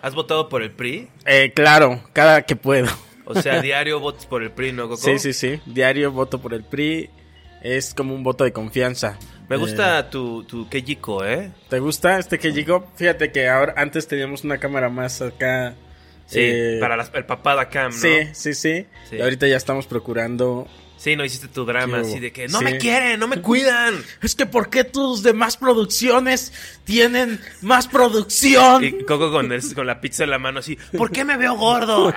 ¿Has votado por el PRI? Eh, claro, cada que puedo. O sea, diario votas por el PRI, ¿no, Coco? Sí, sí, sí. Diario voto por el PRI. Es como un voto de confianza. Eh, Me gusta tu, tu Keyiko, ¿eh? ¿Te gusta este que llegó? Fíjate que ahora antes teníamos una cámara más acá. Sí, eh, para las- el papá de Cam, ¿no? Sí, sí, sí. Sí. Y ahorita ya estamos procurando. Sí, no hiciste tu drama Sí, así de que ¡No sí. me quieren! ¡No me cuidan! Es que ¿por qué tus demás producciones tienen más producción? Y Coco con, el- con la pizza en la mano así ¿Por qué me veo gordo?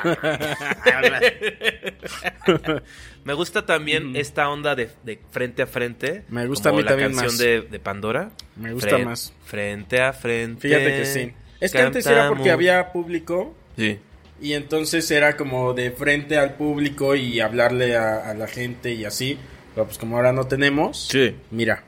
me gusta también esta onda de, de frente a frente. Mm. Me gusta como a mí la también canción más. de, de Pandora. Me gusta más. Frente a frente. Fíjate que sí. Es que antes era porque cantamos. había público Sí. y entonces era como de frente al público y hablarle a, a la gente y así. Pero pues como ahora no tenemos, Sí. mira.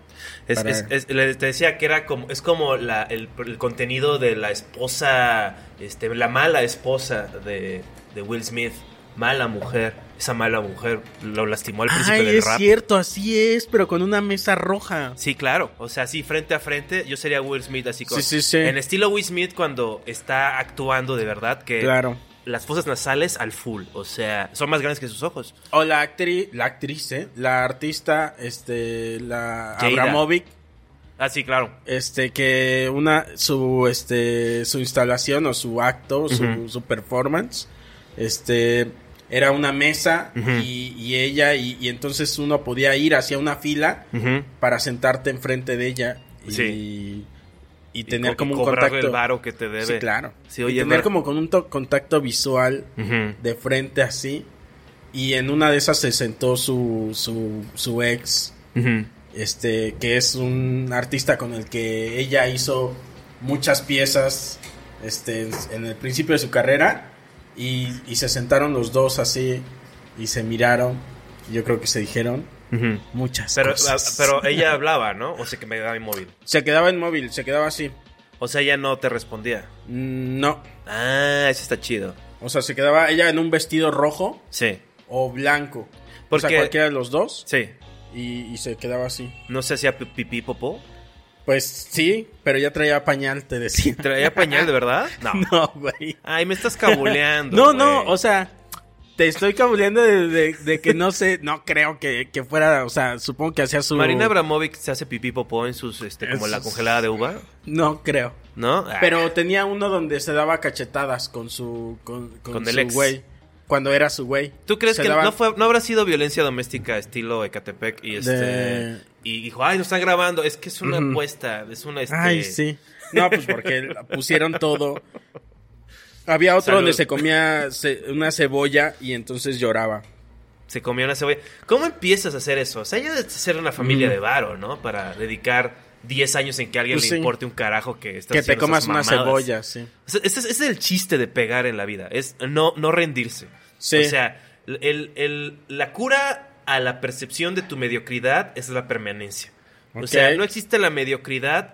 Es, para- es- es- le- te decía que era como, es como la- el, el contenido de la esposa, este, la mala esposa de, de Will Smith. Mala mujer. Esa mala mujer lo lastimó al príncipe Ay, del es rap. cierto, así es, pero con una mesa roja. Sí, claro. O sea, sí, frente a frente, yo sería Will Smith así con... Sí, sí, sí. En estilo Will Smith cuando está actuando de verdad que... Claro. Las fosas nasales al full, o sea, son más grandes que sus ojos. O la actriz, la actriz, ¿eh? La artista, este, la Jada. Abramovic, Ah, sí, claro. este, que una, su, este, su instalación o su acto, su, su performance, este, era una mesa y, y ella, y, y entonces uno podía ir hacia una fila Ujú. para sentarte enfrente de ella y, Sí. y tener co- como un cobrarle contacto. el varo que te debe. Sí, claro. Sí, oye, y tener ver- como con un to- contacto visual Ujú. de frente así. Y en una de esas se sentó su, su, su ex, Ujú. este, que es un artista con el que ella hizo muchas piezas este, en- en el principio de su carrera. Y, y se sentaron los dos así y se miraron. y Yo creo que se dijeron Ujú. muchas Pero, ah, cosas. pero ella hablaba, ¿no? O sea, que me daba mi móvil. Se quedaba inmóvil, se quedaba así. O sea, ella no te respondía. Mm, No. Ah, eso está chido. O sea, se quedaba ella en un vestido rojo Sí, o blanco. Porque- O sea, cualquiera de los dos. sí. Y, y se quedaba así. No se hacía pi- pipí popó. Pues sí, pero ya traía pañal, te decía. ¿Traía pañal de verdad? No. No, güey. Ay, me estás cabuleando. No, no, güey. o sea, te estoy cabuleando de, de- de que no sé, no creo que, que fuera, o sea, supongo que hacía su... Marina Abramovic se hace pipí popó en sus, este, como la congelada de uva, No creo. ¿no? Ah, Pero tenía uno donde se daba cachetadas con su... Con, con Con su el ex. güey. Cuando era su güey. ¿Tú crees Se que daban- no, fue, no habrá sido violencia doméstica estilo Ecatepec y este... De- Y dijo, ay, nos están grabando. Es que es una apuesta, es una... Este... Ay, sí. No, pues porque la pusieron todo. Había otro Salud. donde se comía ce- una cebolla y entonces lloraba. Se comió una cebolla. ¿Cómo empiezas a hacer eso? O sea, ya debes ser una familia de varo, ¿no? Para dedicar 10 años en que a alguien Mm. Pues le sí. importe un carajo que estás Que te haciendo comas esas una mamadas. cebolla, sí. O sea, ese, es, ese es el chiste de pegar en la vida, es no, no rendirse. Sí. O sea, el- el- la cura a la percepción de tu mediocridad es la permanencia. O Ok. sea, no existe la mediocridad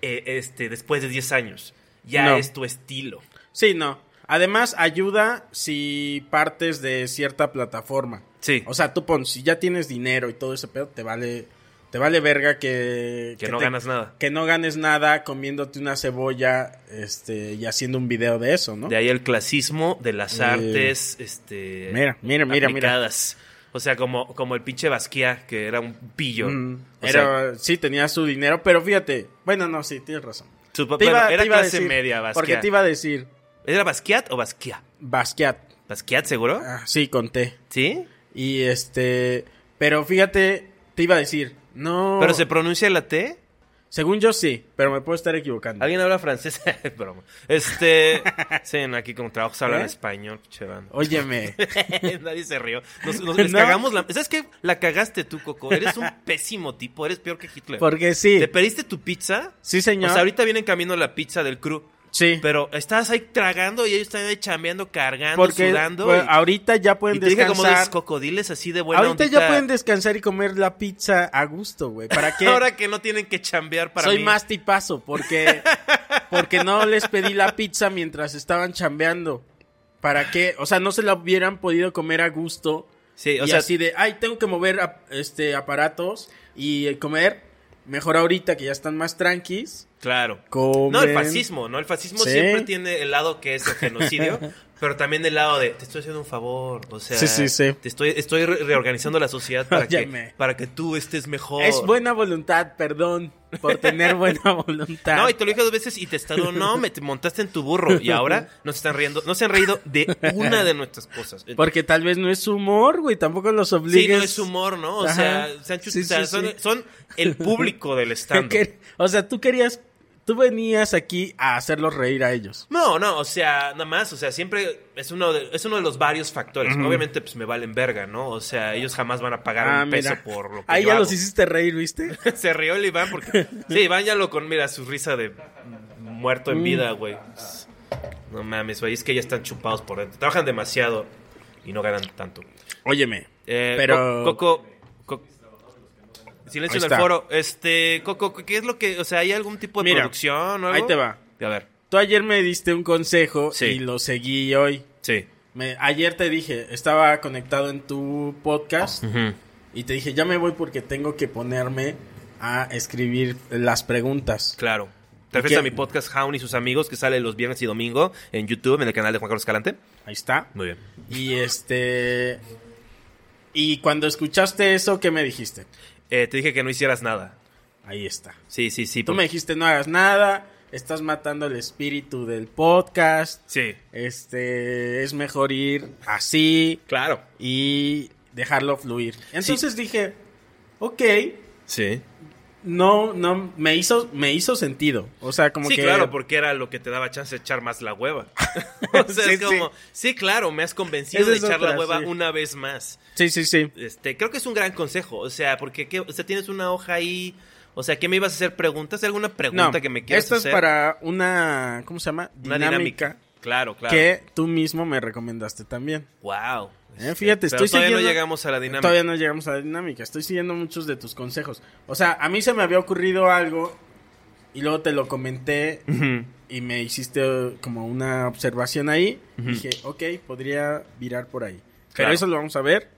eh, este, después de 10 años. Ya No. es tu estilo. Sí, no. Además, ayuda si partes de cierta plataforma. Sí. O sea, tú pon, si ya tienes dinero y todo ese pedo, te vale, Te vale verga que... Que no te- ganas nada. Que no ganes nada comiéndote una cebolla este, y haciendo un video de eso, ¿no? De ahí el clasismo de las Eh, artes, este... mira, mira, mira, mira. aplicadas. O sea, como, como el pinche Basquiat, que era un pillo. Mm, O sea, era- sí, tenía su dinero, pero fíjate. Bueno, no, sí, tienes razón. su papá Te iba- era te iba a clase decir- media, Basquiat. Porque te iba a decir ¿Era Basquiat o Basquiat? Basquiat. ¿Basquiat, seguro? Ah, sí, conté. ¿Sí? Y este. Pero fíjate, te iba a decir. No. ¿Pero se pronuncia la T? Según yo sí, pero me puedo estar equivocando. ¿Alguien habla francés? Es broma. Este. sí, no, aquí con trabajos hablan ¿Eh? español, pinche banda. Óyeme. Nadie se rió. Nos, nos- les No. cagamos la. ¿Sabes qué? La cagaste tú, Coco. Eres un pésimo tipo. Eres peor que Hitler. Porque sí. ¿Te pediste tu pizza? Sí, señor. O sea, ahorita viene en camino la pizza del crew. sí. Pero estás ahí tragando y ellos están ahí chambeando, cargando, porque sudando. pues, y, ahorita ya y pueden te dije como los descansar. cocodiles así de buena Ahorita ondita. ya pueden descansar y comer la pizza a gusto, güey. ¿Para qué? Ahora que no tienen que chambear para Soy mí. más tipazo porque porque no les pedí la pizza mientras estaban chambeando. ¿Para qué? O sea, no se la hubieran podido comer a gusto. Sí, o y sea- así de, ay, tengo que mover ap- este aparatos y eh, comer. Mejor ahorita que ya están más tranquis. Claro. Comen. No, el fascismo, ¿no? El fascismo Sí. siempre tiene el lado que es el genocidio, pero también el lado de te estoy haciendo un favor, o sea, Sí, sí, sí. te estoy, estoy re- reorganizando la sociedad para, que, Óyeme. para que tú estés mejor. Es buena voluntad, perdón por tener buena voluntad. No, y te lo dije dos veces y te estaron, no, me te montaste en tu burro y ahora no se están riendo, no se han reído de una de nuestras cosas. Porque tal vez no es su humor, güey. Tampoco los Sí, obligues. no es humor, ¿no? O sea, Ajá. se han chut- Sí, o sea, sí, son, sí. son el público del stand. Que- O sea, tú querías, tú venías aquí a hacerlos reír a ellos. No, no, o sea, nada más, o sea, siempre es uno de, es uno de los varios factores. Obviamente, pues me valen verga, ¿no? O sea, ellos jamás van a pagar Ah, un peso mira. por lo que Ahí yo ya hago. los hiciste reír, ¿viste? Se rió el Iván porque... Sí, Iván ya lo con... Mira, su risa de muerto Mm. en vida, güey. No mames, güey, es que ya están chupados por dentro. Trabajan demasiado y no ganan tanto. Óyeme. Eh, pero. Co- Coco... Co- Silencio Ahí en el está. foro. Este, Coco, ¿qué es lo que...? O sea, ¿hay algún tipo de Mira, producción o algo? ahí te va. A ver, Tú ayer me diste un consejo Sí. y lo seguí hoy. sí. Me- ayer te dije, estaba conectado en tu podcast Ujú. y te dije, ya me voy porque tengo que ponerme a escribir las preguntas. Claro. ¿Y Te refieres a qué? mi podcast Hound y sus amigos que sale los viernes y domingo en YouTube, en el canal de Juan Carlos Calante. Ahí está. Muy bien. Y este. Y cuando escuchaste eso, ¿qué me dijiste? Eh, te dije que no hicieras nada. Ahí está. Sí, sí, sí. Tú por- me dijiste, no hagas nada, estás matando el espíritu del podcast. Sí. Este, es mejor ir así Claro. y dejarlo fluir. Entonces dije, ok, Sí. no, no, me hizo, me hizo sentido. O sea, como sí, que. claro, porque era lo que te daba chance de echar más la hueva. o sea, Sí, es como, sí. claro, me has convencido Esa de es echar la otra, hueva sí. una vez más. Sí, sí, sí. Este, creo que es un gran consejo. O sea, porque ¿qué? O sea, tienes una hoja ahí. O sea, ¿qué me ibas a hacer preguntas? ¿Hay ¿Alguna pregunta No, que me quieras esto hacer? es para una, ¿cómo se llama? Una dinámica. Claro, claro. que tú mismo me recomendaste también. Wow. Eh, fíjate, Pero estoy todavía no siguiendo... llegamos a la dinámica. Todavía no llegamos a la dinámica. Estoy siguiendo muchos de tus consejos. O sea, a mí se me había ocurrido algo y luego te lo comenté Ujú. y me hiciste eh, como una observación ahí. Dije, ok, podría virar por ahí. Pero Claro. eso lo vamos a ver.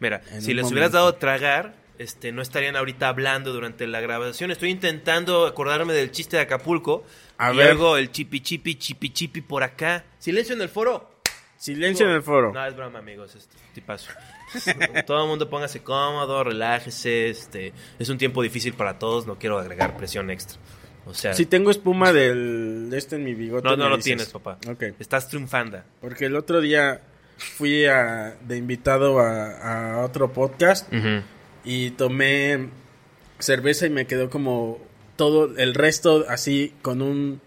Mira, En si un les momento. hubieras dado tragar, este, no estarían ahorita hablando durante la grabación. Estoy intentando acordarme del chiste de Acapulco. A y ver. luego el chipi chipi chipi chipi por acá. Silencio en el foro. Silencio en el foro. No, es broma, amigos, es tipazo. Todo el mundo póngase cómodo, relájese, este, es un tiempo difícil para todos, no quiero agregar presión extra. O sea, Si tengo espuma del de este en mi bigote. no, me no lo dices. tienes, papá. Ok. Estás triunfando. Porque el otro día fui a- de invitado a, a otro podcast y tomé cerveza y me quedó como todo el resto así con un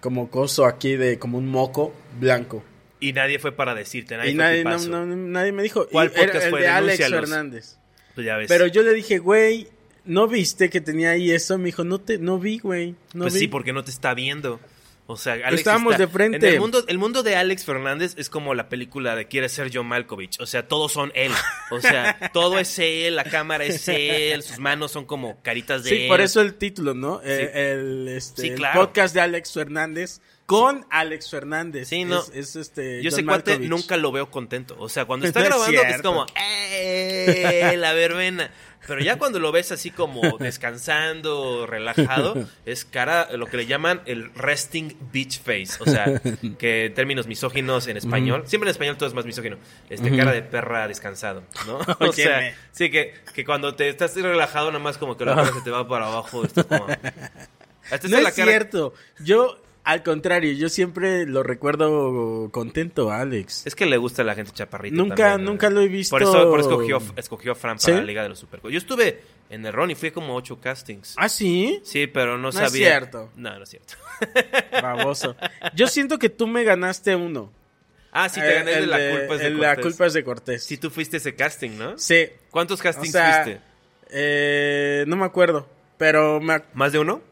como coso aquí de como un moco blanco. Y nadie fue para decirte, nadie Y fue nadie, no- tipazo. no- nadie me dijo. Y ¿Cuál era podcast el fue? de Alex Denúncialos. Fernández. Tú Pues ya ves. Pero yo le dije, güey, ¿no viste que tenía ahí eso? Me dijo, no te, no vi, güey. No pues vi. sí, porque no te está viendo. O sea, Alex Estábamos está- de frente. en el mundo, el mundo de Alex Fernández es como la película de Quiere ser John Malkovich. O sea, todos son él. O sea, todo es él, la cámara es él, sus manos son como caritas de Sí, él. por eso el título, ¿no? Eh, el, este, Sí, el claro. podcast de Alex Fernández con Alex Fernández. Sí, no. Es, es, este. Yo John sé cuate, Malkovich. nunca lo veo contento. O sea, cuando está No es grabando es cierto. como, ¡eh! La verbena. Pero ya cuando lo ves así como descansando, relajado, es cara lo que le llaman el resting beach face. O sea, que en términos misóginos en español, siempre en español todo es más misógino, este, cara de perra descansado, ¿no? O sea, Óyeme. sí, que, que cuando te estás relajado, nada más como que la cara se te va para abajo. Esto como... Hasta No esa la es cara- cierto. Yo, al contrario, yo siempre lo recuerdo contento, a Alex. Es que le gusta a la gente chaparrita. Nunca- también, nunca ¿no? lo he visto- Por eso, por eso escogió, escogió a Fran para ¿Sí? la Liga de los Super. Yo estuve en el Ron y fui como ocho castings. ¿Ah, sí? Sí, pero no, es sabía. cierto. No, no es cierto. Baboso. Yo siento que tú me ganaste uno. Ah, sí, te Eh, gané el de el la de- culpa es de el La Cortés. culpa es de Cortés. Sí, tú fuiste ese casting, ¿no? Sí. ¿Cuántos O castings sea, fuiste? eh, no me acuerdo. Pero me ac- ¿Más de uno?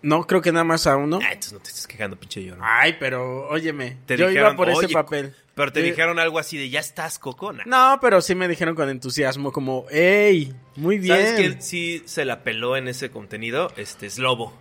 no, creo que nada más a uno. Ah, entonces no te estás quejando, pinche lloro. Ay, pero óyeme. Te yo dijeron, iba por ese "Oye, papel. Pero te Yo- dijeron algo así de ya estás cocona. eh, No, pero sí me dijeron con entusiasmo, como, ¡Ey! Muy bien. ¿Sabes que él sí se la peló en ese contenido? Este es Lobo.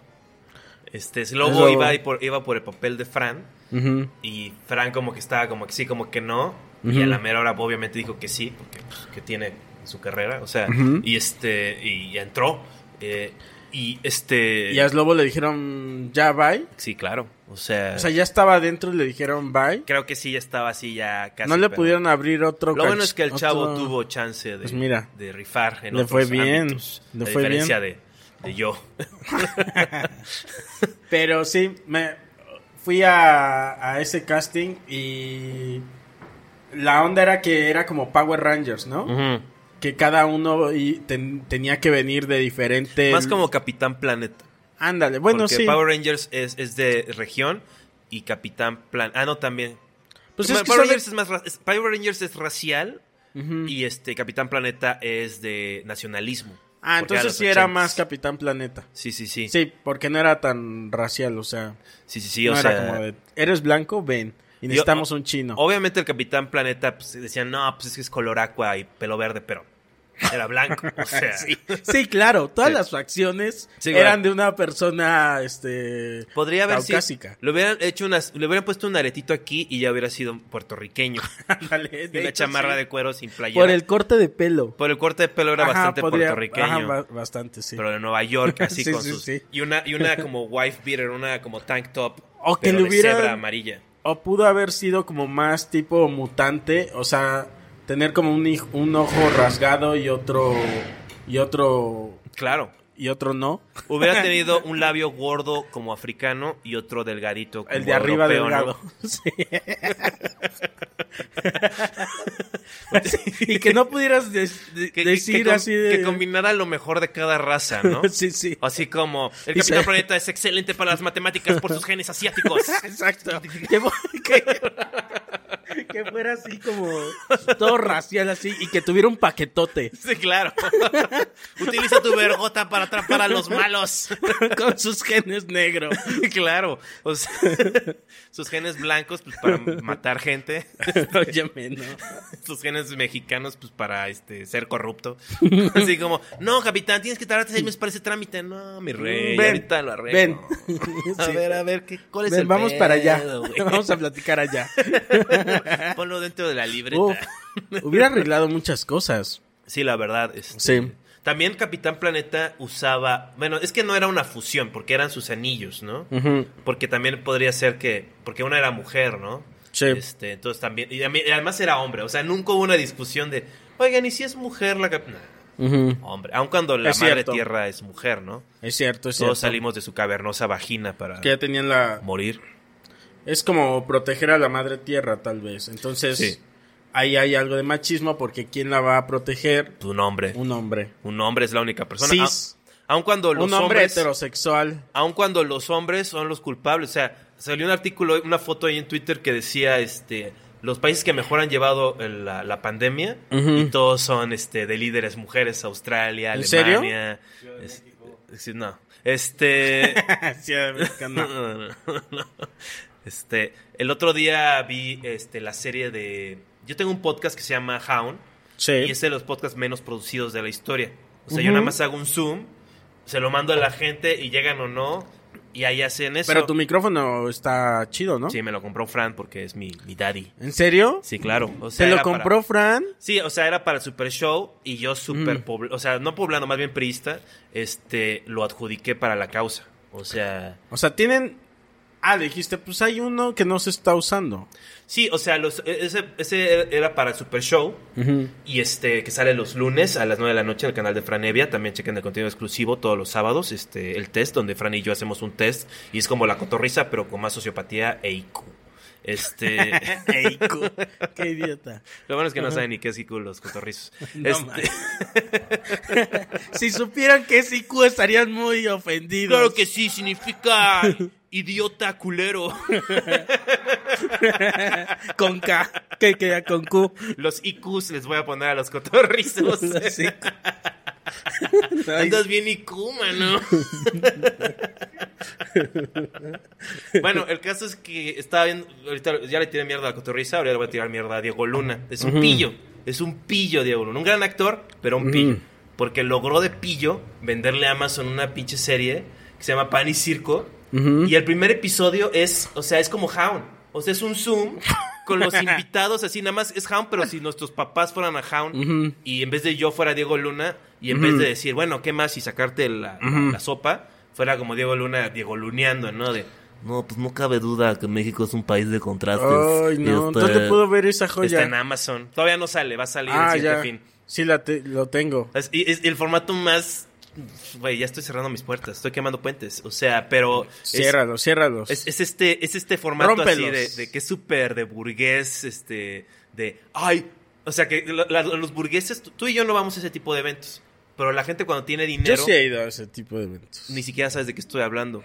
Este es Lobo, Slobo. Iba, ahí por, iba por el papel de Fran. Ujú. Y Fran como que estaba como que sí, como que no. Y a la mera hora pues, obviamente dijo que sí, porque pues, que tiene en su carrera. O sea, Ujú. y este, y entró. eh, y este... Y a Slobo le dijeron, ya bye. Sí, claro. O sea, O sea, ya estaba adentro y le dijeron bye. creo que sí, ya estaba así ya casi. no le pero- pudieron abrir otro Lo bueno cach- es que el chavo otro- tuvo chance de, Pues mira, de rifar en le otros fue bien, ámbitos, le a fue bien. diferencia De, de yo. Pero sí, me fui a, a ese casting y la onda era que era como Power Rangers, ¿no? Que cada uno y- ten- tenía que venir de diferente. Más como Capitán Planeta. Ándale, bueno, porque sí. Power Rangers es, es de región y Capitán Plan. Ah, no, también. Pues Ma- es que Power, sale- Rangers es más ra- es- Power Rangers es racial y este Capitán Planeta es de nacionalismo. porque Ah, de entonces los sí era 80s. más Capitán Planeta. Sí, sí, sí. Sí, Sí, porque no era tan racial, o sea. sí, sí. o no era sea, como de, ¿eres blanco? Ven. Y Yo- necesitamos un chino. Obviamente el Capitán Planeta pues, decían, no, pues es que es color aqua y pelo verde, pero era blanco. O sea, Sí, claro, todas Sí. las facciones Sí, claro. eran de una persona, este... podría haber sido. Caucásica. Le hubieran hecho unas, le hubieran puesto un aretito aquí y ya hubiera sido puertorriqueño. Ándale, de Y una hecho, chamarra sí. de cuero sin playera. Por el corte de pelo. Por el corte de pelo era Ajá, bastante podría- ajá, puertorriqueño. ba- bastante, sí. Pero de Nueva York, así Sí, con sí, sus. sí. Y una, y una como wife beater, una como tank top. O que pero le de hubieran- cebra amarilla. O pudo haber sido como más tipo mutante, o sea, tener como un, hij- un ojo rasgado y otro... Y otro... Claro. Y otro no. Hubiera tenido un labio gordo como africano y otro delgadito como El de arriba europeo, ¿no? delgado. Sí. y que no pudieras des- de- Que, decir que com- así de... que combinara lo mejor de cada raza, ¿no? sí, sí. Así como, el Dice- Capitán Planeta es excelente para las matemáticas por sus genes asiáticos. Exacto. Que, fu- que- que fuera así como todo racial así y que tuviera un paquetote Sí, claro. Utiliza tu vergota para atrapar a los malos. con sus genes negros. claro. O sea, sus genes blancos, pues, para matar gente. Óyeme, no. Sus genes mexicanos, pues, para este ser corrupto. Así como, no, capitán, tienes que tardarte seis meses para ese trámite. No, mi rey, Ven, ahorita lo arreglo. ven. A Sí. ver, a ver, ¿qué, ¿cuál es Ven, el vamos para allá. pedo, güey? Vamos a platicar allá. Ponlo dentro de la libreta. Uf, hubiera arreglado muchas cosas. Sí, la verdad. este, Sí. También Capitán Planeta usaba. Bueno, es que no era una fusión, porque eran sus anillos, ¿no? Porque también podría ser que. Porque una era mujer, ¿no? Sí. Este, entonces también. Y a mí- y además era hombre. O sea, nunca hubo una discusión de. Oigan, ¿y si es mujer la Capitán? Hombre. Aun cuando la Es madre cierto. tierra es mujer, ¿no? Es cierto, es Todos cierto. salimos de su cavernosa vagina para Que ya tenían la... morir. Es como proteger a la madre tierra, tal vez. Entonces, Sí. ahí hay algo de machismo porque ¿quién la va a proteger? Tu nombre. Un hombre. pues, Un hombre es la única persona. Cis. Aun, aun cuando los Un hombre hombres. heterosexual. aun cuando los hombres son los culpables. O sea, salió un artículo, una foto ahí en Twitter que decía, este, los países que mejor han llevado el- la, la pandemia y todos son, este, de líderes mujeres, Australia, ¿En serio? Alemania. es- sí, no, este, Ciudad Mexicana. no, no, no. este, el otro día vi, este, la serie de, yo tengo un podcast que se llama Hound Sí. y es de los podcasts menos producidos de la historia. O sea, yo nada más hago un zoom, se lo mando a la gente y llegan o no. Y ahí hacen eso. Pero tu micrófono está chido, ¿no? Sí, me lo compró Fran porque es mi, mi daddy. ¿En serio? Sí, claro. O ¿Te lo era para- compró Mm. Fran? Sí, o sea, era para el Super Show y yo super, pobl- o sea, no poblano, más bien priista, este, lo adjudiqué para la causa. O sea, O sea, tienen... Ah, le dijiste, pues hay uno que no se está usando. sí, o sea, los- e-, ese, ese era para el Super Show y este, que sale los lunes a las 9 de la noche en el canal de Fran Evia. También chequen el contenido exclusivo todos los sábados, este, el test, donde Fran y yo hacemos un test y es como la cotorriza, pero con más sociopatía e IQ. Este, E Qué idiota. lo bueno es que no saben ni qué es IQ los cotorrizos. No Este- mames. si supieran que es IQ estarían muy ofendidos. Claro que sí, significa idiota culero. Con K, que queda con Q. Los IQs les voy a poner a los cotorrizos. Los IQ. Ay, Andas bien IQ, mano. bueno, el caso es que estaba bien. Ahorita ya le tiré mierda a Cotorriza, ahora le voy a tirar mierda a Diego Luna. Es un pillo. Es un pillo, Diego Luna. Un gran actor, pero un pillo. Porque logró de pillo venderle a Amazon una pinche serie que se llama Pan y Circo. Y el primer episodio es, o sea, es como Hound. O sea, es un Zoom con los invitados, así nada más es Hound, pero si nuestros papás fueran a Hound y en vez de yo fuera Diego Luna y en vez de decir, bueno, ¿qué más? Y sacarte la, la- la sopa, fuera como Diego Luna, Diego Luneando, ¿no? De, no, pues no cabe duda que México es un país de contrastes. Ay, no, Este- ¿dónde puedo ver esa Está joya? en Amazon. Todavía no sale, va a salir ah, el ya. siguiente fin. Sí, la te- lo tengo. Es, y- es el formato más... Güey, ya estoy cerrando mis puertas, estoy quemando puentes. O sea, pero... es- Ciérralos, ciérralos. es, es este, es este formato así de, Rómpelos. de que es súper de burgués, este, de, ay, o sea, que la- la- los burgueses, tú- tú y yo no vamos a ese tipo de eventos, pero la gente cuando tiene Yo dinero, sí he ido a ese tipo de eventos. ni siquiera sabes de qué estoy hablando.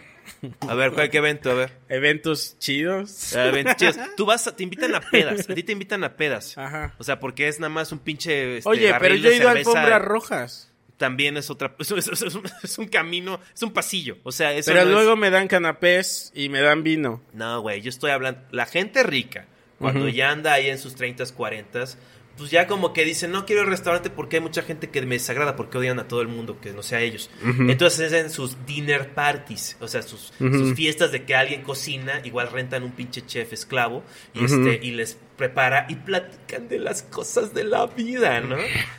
A ver, ¿cuál qué evento? A ver. Eventos chidos. A ver, chicos, tú vas, a- te invitan a pedas, a ti te invitan a pedas. Ajá. O sea, porque es nada más un pinche. este, Ah. Oye, pero barril yo he de ido a cerveza. alfombras rojas. También es otra. Es, es- es un, es un camino, es un pasillo. O sea, eso Pero no es- luego me dan canapés y me dan vino. No, güey, yo estoy hablando. La gente rica, cuando ya anda ahí en sus 30, 40, pues ya como que dicen, no quiero ir al restaurante porque hay mucha gente que me desagrada, porque odian a todo el mundo, que no sea ellos. Entonces hacen sus dinner parties, o sea, sus, sus fiestas de que alguien cocina, igual rentan un pinche chef esclavo y, este, y les prepara y platican de las cosas de la vida, ¿no?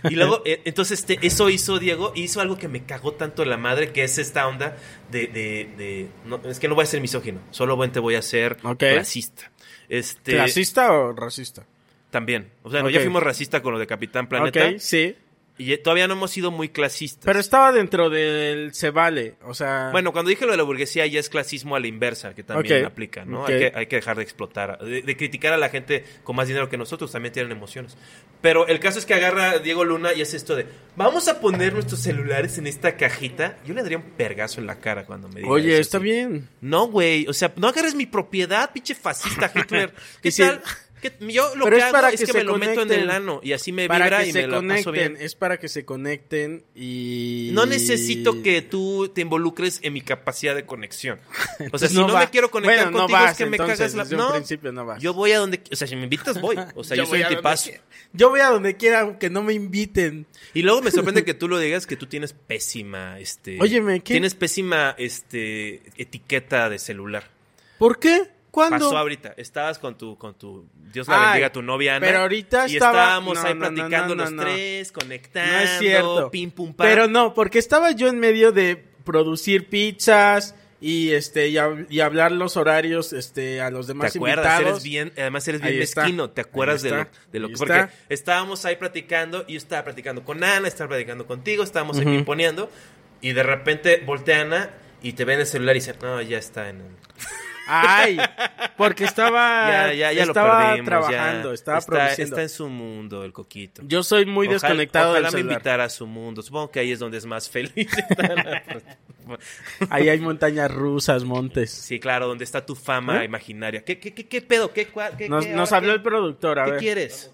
Y luego, eh, entonces, este, eso hizo Diego, e hizo algo que me cagó tanto en la madre, que es esta onda de, de, de- no, es que no voy a ser misógino, solo voy- te voy a ser Ok. clasista. Este, ¿Clasista o racista? También. O sea, Ok. ya fuimos racista con lo de Capitán Planeta. Ok, sí. Y eh, todavía no hemos sido muy clasistas. Pero estaba dentro del se vale, o sea... Bueno, cuando dije lo de la burguesía ya es clasismo a la inversa, que también Ok. aplica, ¿no? Ok. Hay, que, hay que dejar de explotar, de, de criticar a la gente con más dinero que nosotros, también tienen emociones. Pero el caso es que agarra a Diego Luna y hace esto de, vamos a poner nuestros celulares en esta cajita. Yo le daría un pergazo en la cara cuando me diga Oye, eso, está sí. bien. No, güey, o sea, no agarres mi propiedad, pinche fascista Hitler. ¿Qué Y si- tal? ¿Qué- yo lo Pero que es hago para es que que, se me lo meto en el conecten. ano y así me para vibra que y se me la paso conecten, bien. es para que se conecten y... No necesito que tú te involucres en mi capacidad de conexión. O sea, Entonces si no no, va. me quiero conectar Bueno, no contigo, vas, es que me entonces, cagas la. desde un principio no vas. Yo voy a donde. O sea, si me invitas, voy. O sea, yo, Yo voy soy a el donde tipazo. Yo voy a donde quiera, aunque no me inviten. Y luego me sorprende que tú lo digas que tú tienes pésima. este Óyeme, ¿qué? Tienes pésima este, etiqueta de celular. ¿Por qué? ¿Cuándo? Pasó ahorita. Estabas con tu, con tu. Dios la Ay, bendiga, tu novia Ana. pero ahorita y estaba- estábamos no, ahí no, no, platicando no, los no. tres, conectando. No es cierto. Pim, pum, pam. Pero no, porque estaba yo en medio de producir pizzas y este y, hab- y hablar los horarios este a los demás ¿Te acuerdas? invitados. Eres bien, además eres bien Ahí está. mezquino, ¿te acuerdas Ahí de lo, está. de lo Ahí que? está. Porque estábamos ahí platicando y yo estaba platicando con Ana, estaba platicando contigo, estábamos ahí pimponeando y de repente voltea Ana y te ven el celular y dice, no, ya está en el- Ay, porque estaba Ya, ya, ya Ah, estaba lo perdimos. trabajando, ya. estaba está, produciendo. está en su mundo el coquito. Yo soy muy Ojalá- desconectado ojalá del me celular. invitara a su mundo. Supongo que ahí es donde es más feliz. pues, Ahí hay montañas rusas, montes. sí, claro, donde está tu fama ¿Eh? imaginaria. ¿Qué, qué, qué, qué pedo? ¿Qué, cua- qué- Nos, qué- nos ahora habló qué- el productor, a ¿Qué ver. quieres?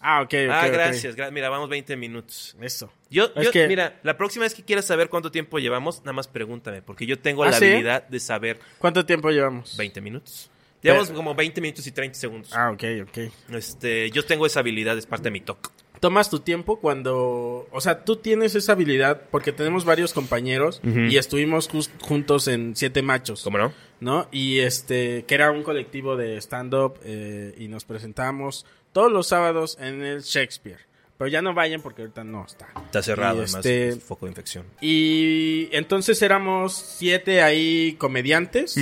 Ah, ok, ok. ah, ok. gracias. gra- Mira, vamos 20 minutos. Eso. Yo, Es yo- que- mira, la próxima vez que quieras saber cuánto tiempo llevamos, nada más pregúntame, porque yo tengo ¿Ah, la sí? habilidad de saber ¿Cuánto tiempo llevamos? 20 minutos. Llevamos Pero- como 20 minutos y 30 segundos. Ah, ok, ok. Este, yo tengo esa habilidad, es parte de mi toque. tomas tu tiempo cuando, o sea, tú tienes esa habilidad porque tenemos varios compañeros Ujú. y estuvimos jus- juntos en Siete Machos. ¿Cómo no? ¿no? Y este, que era un colectivo de stand-up eh, y nos presentamos todos los sábados en el Shakespeare. Pero ya no vayan porque ahorita no está. Está cerrado, Y, además. este, es foco de infección. Y entonces éramos siete ahí comediantes,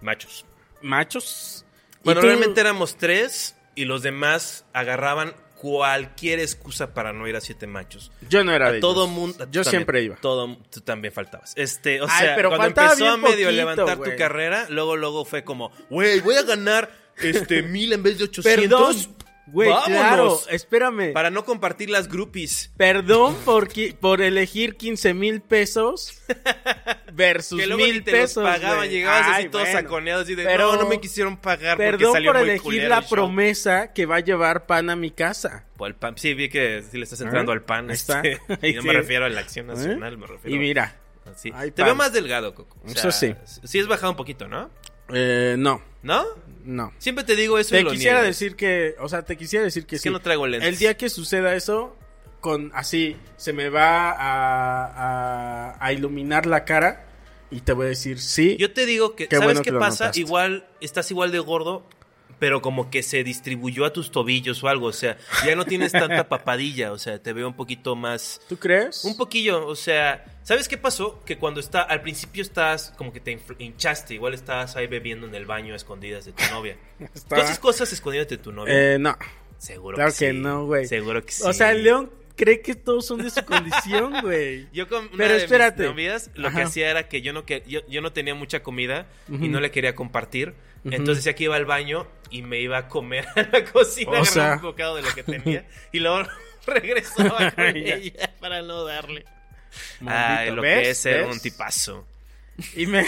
Machos. machos. Y Bueno, tú- realmente éramos tres y los demás agarraban cualquier excusa para no ir a siete machos. yo no era A de todo ellos. mundo. tú Yo también, siempre iba. Todo, tú también faltabas. Este, o Ay, sea, pero cuando faltaba empezó bien a medio poquito, levantar güey. tu carrera, luego, luego fue como, güey, voy a ganar este mil en vez de 800. Perdón, Pues güey, claro, Vámonos. espérame. Para no compartir las groupies. Perdón por, qui- por elegir 15 mil pesos versus Que luego ni mil te pesos. los pagaban, güey. llegabas Ay, así todos bueno. saconeados y de Pero- no, no me quisieron pagar porque Perdón salió por muy elegir culero la el show". promesa que va a llevar pan a mi casa. O al pan. Sí, vi que sí le estás entrando Ah, al pan. ahí Está. está. y no me refiero a la acción nacional, ¿Eh? me refiero Y mira, a- así. hay Te pan. veo más delgado, Coco. O Eso sí. Sí, has bajado un poquito, ¿no? eh, no, ¿No? no. Siempre te digo eso y Te lo quisiera niegas. decir que, o sea, te quisiera decir que Es sí. que no traigo lentes. El día que suceda eso, con así, se me va a, a- a iluminar la cara y te voy a decir sí. Yo te digo que, Qué ¿sabes bueno qué que lo pasa? notaste. Igual estás igual de gordo, pero como que se distribuyó a tus tobillos o algo, o sea, ya no tienes tanta papadilla, o sea, te veo un poquito más ¿Tú crees? un poquillo, o sea, ¿sabes qué pasó? Que cuando está al principio estás como que te infl- hinchaste, igual estabas ahí bebiendo en el baño a escondidas de tu novia. Está- Entonces cosas escondidas de tu novia? Eh, no. Seguro Claro que, que sí. no, güey. Seguro que sí. O sea, el león cree que todos son de su condición, güey. Yo con una Pero de espérate. mis novias lo que Ajá. hacía era que yo no que yo, yo no tenía mucha comida y no le quería compartir. Entonces ya que iba al baño y me iba a comer a la cocina, O agarraba sea. un bocado de lo que tenía y luego regresaba con Ya. ella para no darle. Maldito, Ay, lo que ¿ves? es ser ¿ves? un tipazo. Y me.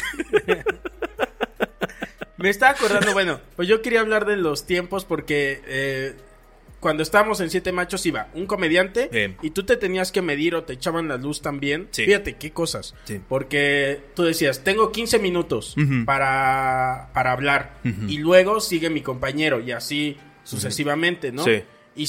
me estaba acordando, bueno, pues yo quería hablar de los tiempos porque eh, cuando estábamos en Siete Machos iba un comediante Bien. y tú te tenías que medir o te echaban la luz también. Sí. Fíjate qué cosas. Sí. Porque tú decías, tengo 15 minutos Ujú. para, para hablar y luego sigue mi compañero y así sucesivamente, ¿no? Sí. Y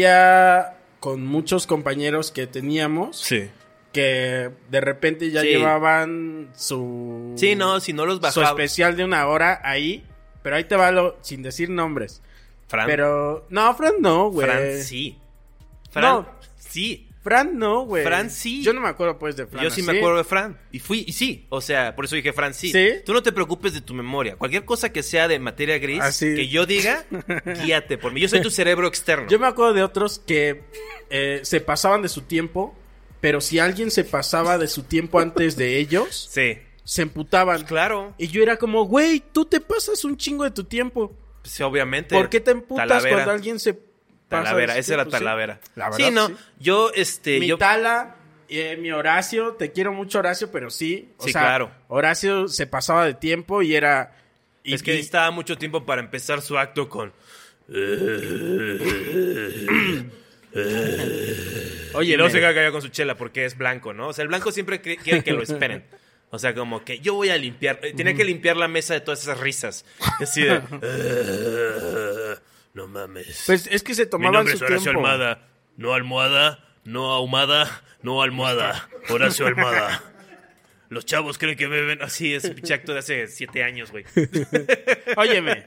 sucedía con muchos compañeros que teníamos Sí. que de repente ya Sí. llevaban su Sí, no, si no los su bajaba. especial de una hora ahí, pero ahí te va lo sin decir nombres. Fran, Pero no, Fran no, güey. Fran sí. Fran No. sí. Fran no, güey. Fran sí. Yo no me acuerdo pues de Fran. Yo sí me así. acuerdo de Fran. Y fui, y sí. O sea, por eso dije Fran sí. ¿Sí? Tú no te preocupes de tu memoria. Cualquier cosa que sea de materia gris Así. que yo diga, guíate por mí. Yo soy tu cerebro externo. Yo me acuerdo de otros que eh, se pasaban de su tiempo, pero si alguien se pasaba de su tiempo antes de ellos, Sí. se emputaban. Claro. Y yo era como, güey, tú te pasas un chingo de tu tiempo. Sí, obviamente. ¿Por qué te emputas Este, Talavera. cuando alguien se pasa Talavera, de su ese era tiempo? Sí. Talavera. La verdad, sí, no. sí. Yo, este. mi yo, Tala, eh, mi Horacio, te quiero mucho Horacio, pero sí. O Sí, sea, claro. Horacio se pasaba de tiempo y era... y- es que y- necesitaba mucho tiempo para empezar su acto con. oye, Y luego me- se queda callado con su chela porque es blanco, ¿no? O sea, el blanco siempre cre- quiere que lo esperen. O sea, como que yo voy a limpiar. eh, Tenía que limpiar la mesa de todas esas risas. Así de. "Ah, no mames. pues es que se Mi tomaban nombre su es Horacio tiempo. Almada. No almohada, no ahumada, no almohada. Horacio Almada. Los chavos creen que beben. Así es, pinche acto de hace siete años, güey. Óyeme.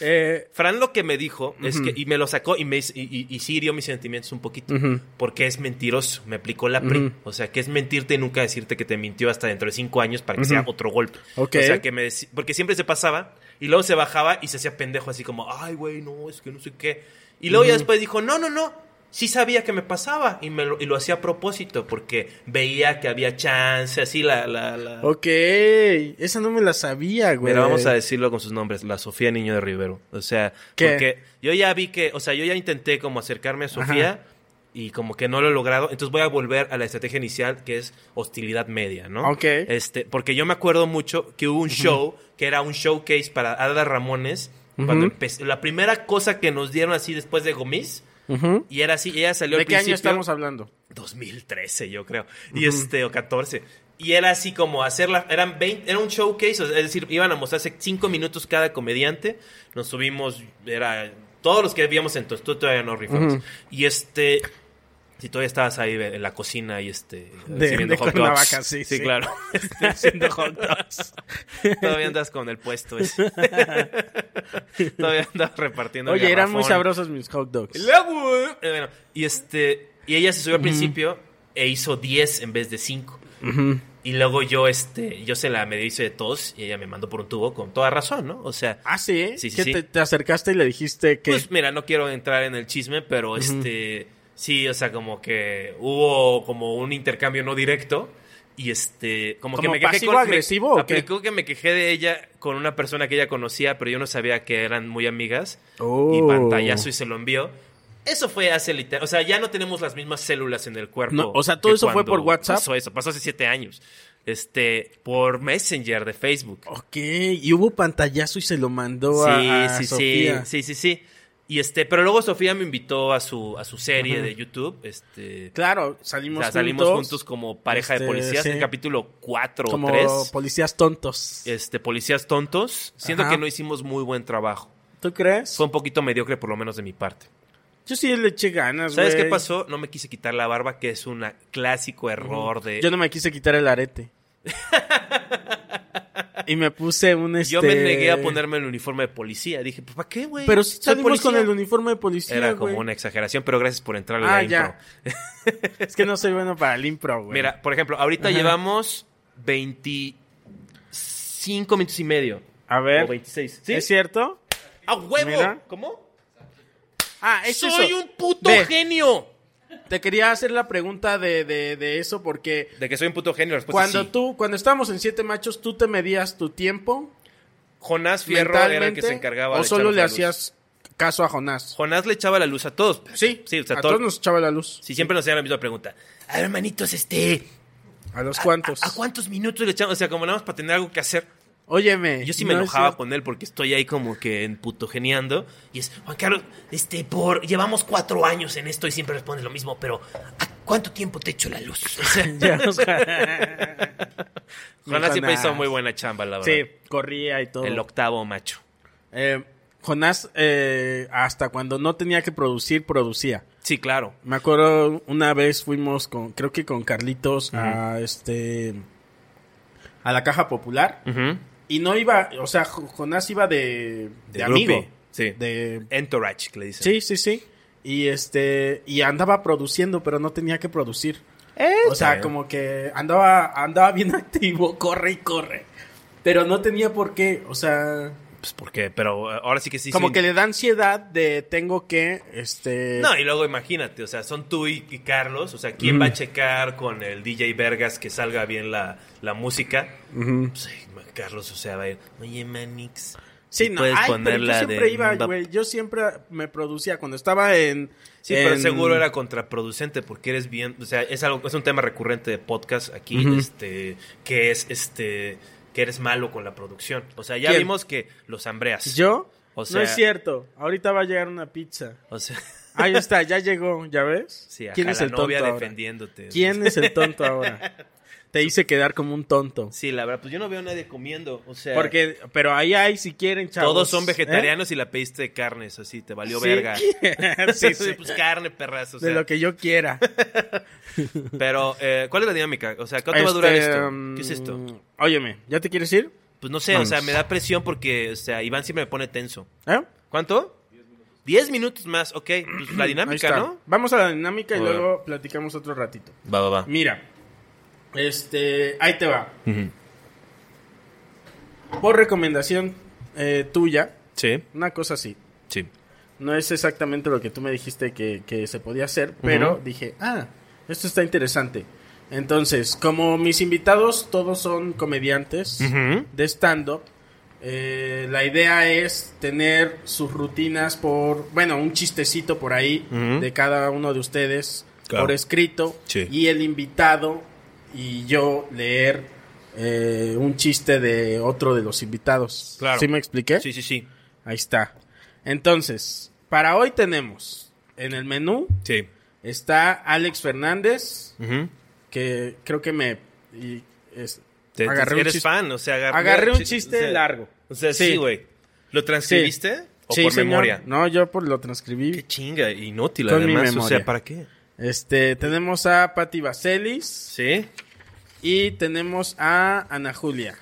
Eh, Fran lo que me dijo es que, y me lo sacó y, me, hizo- y, y- y sí hirió mis sentimientos un poquito, porque es mentiroso, me aplicó la PRI. O sea, que es mentirte y nunca decirte que te mintió hasta dentro de cinco años para que sea otro golpe. Ok. O sea, que me deci- porque siempre se pasaba y luego se bajaba y se hacía pendejo así como, ay, güey, no, es que no sé qué. Y luego ya después dijo, no, no, no, sí sabía que me pasaba y, me lo, y lo hacía a propósito porque veía que había chance, así la... la, la- ok. Esa no me la sabía, güey. Mira, vamos a decirlo con sus nombres. La Sofía Niño de Rivero. O sea, ¿Qué? porque yo ya vi que, o sea, yo ya intenté como acercarme a Sofía y como que no lo he logrado. Entonces voy a volver a la estrategia inicial que es hostilidad media, ¿no? Ok. Este, porque yo me acuerdo mucho que hubo un show que era un showcase para Ada Ramones. Cuando empezó, la primera cosa que nos dieron así después de Gomis. Ujú. Y era así, y ella salió ¿De al qué año principio. estamos hablando? 2013, yo creo. Y este, o 14. Y era así como hacerla, eran 20, era un showcase, o sea, es decir, iban a mostrarse 5 minutos cada comediante. Nos subimos, era Todos los que habíamos entonces, tú todavía no rifamos. Y este, si todavía estabas ahí en la cocina y este, De, sirviendo de hot dogs. Cuernavaca, sí, Sí, claro. Haciendo hot dogs. Todavía andas con el puesto ese. Todavía andas repartiendo el Oye, eran garrafón. muy sabrosos mis hot dogs. Luego, eh, bueno, y este y ella se subió al principio e hizo 10 en vez de 5. Y luego yo este yo se la medio hice de tos y ella me mandó por un tubo con toda razón, ¿no? O sea, Ah, sí, ¿eh? Sí, sí, ¿Qué sí. Te, te acercaste y le dijiste que... pues mira, no quiero entrar en el chisme, pero este sí, o sea, como que hubo como un intercambio no directo y este como, que ¿Como me quejé con- pasivo-agresivo me- o qué? aplicó que me quejé de ella con una persona que ella conocía, pero yo no sabía que eran muy amigas y Oh. pantallazo y se lo envió. Eso fue hace literal, o sea, ya no tenemos las mismas células en el cuerpo. No, o sea, todo que eso fue cuando por WhatsApp. Pasó eso, pasó hace siete años. Este, por Messenger de Facebook. Ok, y hubo pantallazo y se lo mandó a, a sí, Sofía. sí, sí, sí, sí. Y este, pero luego Sofía me invitó a su, a su serie de YouTube. Este, Claro, o salimos sea, juntos. salimos juntos como pareja de Este, policías sí. en capítulo 4 como o 3. policías tontos. Este, policías tontos. Siento Ajá. que no hicimos muy buen trabajo. ¿Tú crees? Fue un poquito mediocre, por lo menos de mi parte. Yo sí le eché ganas, ¿Sabes qué Pues, güey. pasó? No me quise quitar la barba, que es un clásico error de. Yo no me quise quitar el arete. y me puse un este... Yo me negué a ponerme el uniforme de policía. Dije, pues, ¿para qué, güey? Pero sí Soy salimos con policía. el uniforme de policía, Era güey. como una exageración, pero gracias por entrar a la Ah, impro. ya. Es que no soy bueno para el impro, güey. Mira, por ejemplo, ahorita Ajá. llevamos 25 minutos y medio. A O ver, 26. ¿Sí? ¿es cierto? ¡A huevo! Mira. ¿Cómo? Ah, es ¡Soy eso. un puto Ve. genio! Te quería hacer la pregunta de, de, de eso porque De que soy un puto genio, la respuesta cuando es Pues sí. tú, cuando estábamos en Siete Machos, tú te medías tu tiempo Jonás Fierro mentalmente era el que se encargaba o de solo echarnos le la luz. hacías caso a Jonás. Jonás le echaba la luz a todos. Sí, sí, o sea, a todo- todos nos echaba la luz. Sí, siempre nos hacían la misma pregunta. A ver, hermanitos, este... ¿A los cuantos? ¿A cuántos minutos le echamos? O sea, como nada más para tener algo que hacer. Óyeme. Yo sí me Eh, no es enojaba cierto. con él porque estoy ahí como que en puto geniando. Y es, Juan Carlos, este, por. Llevamos cuatro años en esto y siempre respondes lo mismo, pero ¿a cuánto tiempo te echo la luz? O sea, Ya, o sea, Jonás siempre Jonás. hizo muy buena chamba, la verdad. sí, corría y todo. El octavo macho. Eh, Jonás, eh, hasta cuando no tenía que producir, producía. Sí, claro. Me acuerdo una vez fuimos con, creo que con Carlitos a este a la caja popular Ujú. y no iba, o sea, Jo- Jonás iba de, de, De amigo, groupie, sí. de Entourage, que le dicen. sí, sí, sí, y este y andaba produciendo, pero no tenía que producir. o sea, bien. como que andaba andaba bien activo, corre y corre, pero no tenía por qué, o sea, Pues porque, pero eh, ahora sí que sí. como sí. que le da ansiedad de tengo que este No, y luego imagínate, o sea, son tú y, y Carlos, o sea, ¿quién va a checar con el DJ Vergas que salga bien la, la música? Pues, ay, ma- Carlos, o sea, va a ir, oye, Manix. Sí, ¿sí no, puedes ay, pero poner la yo siempre de iba, Mbappé?" güey. Yo siempre me producía cuando estaba en. Sí, pero en- seguro era contraproducente porque eres bien, o sea, es algo, es un tema recurrente de podcast aquí, este, que es este, que eres malo con la producción. O sea, ya ¿Quién? vimos que los hambreas. ¿Yo? O sea- no es cierto. Ahorita va a llegar una pizza. O sea, Ahí está, ya llegó, ¿ya ves? sí, ¿Quién ajá, es la el novia tonto? ahora? defendiéndote. ¿Quién es el tonto ahora? Te hice quedar como un tonto. Sí, la verdad, pues yo no veo a nadie comiendo, o sea, Porque, pero ahí hay si quieren, chavos. todos son ¿eh? vegetarianos y la pediste de carnes, así te valió Sí. verga. sí, sí. pues carne, perras, o sea. De lo que yo quiera. Pero, eh, ¿cuál es la dinámica? O sea, ¿cuánto va a durar Este, esto? um, ¿Qué es esto? Óyeme, ¿ya te quieres ir? Pues no sé, o sea, me da presión porque, o sea, Iván siempre me pone tenso. ¿Eh? ¿Cuánto? Diez minutos más, ok. Pues la Ahí dinámica, está. ¿no? Vamos a la dinámica y Bueno. luego platicamos otro ratito. Va, va, va. Mira, este, ahí te va. Por recomendación eh, tuya, Sí, una cosa así. sí. No es exactamente lo que tú me dijiste que, que se podía hacer, pero dije, ah, esto está interesante. Entonces, como mis invitados todos son comediantes Ujú. de stand-up, eh, la idea es tener sus rutinas por, bueno, un chistecito por ahí Ujú. de cada uno de ustedes Claro. por escrito Sí. y el invitado y yo leer eh, un chiste de otro de los invitados. Claro. ¿Sí me expliqué? Sí, sí, sí. Ahí está. Entonces, para hoy tenemos en el menú Sí. está Alex Fernández, Ujú. que creo que me y es- Te- te- agarré un eres chiste- fan, o sea, agarré, agarré un chiste o sea, largo. O sea, Sí. sí, güey. ¿Lo transcribiste? O Sí, por señor. memoria. No, yo por lo transcribí. Qué chinga, inútil Con mi además. O memoria. sea, ¿para qué? Este, tenemos a Patti Vaselis ¿Sí? y tenemos a Ana Julia.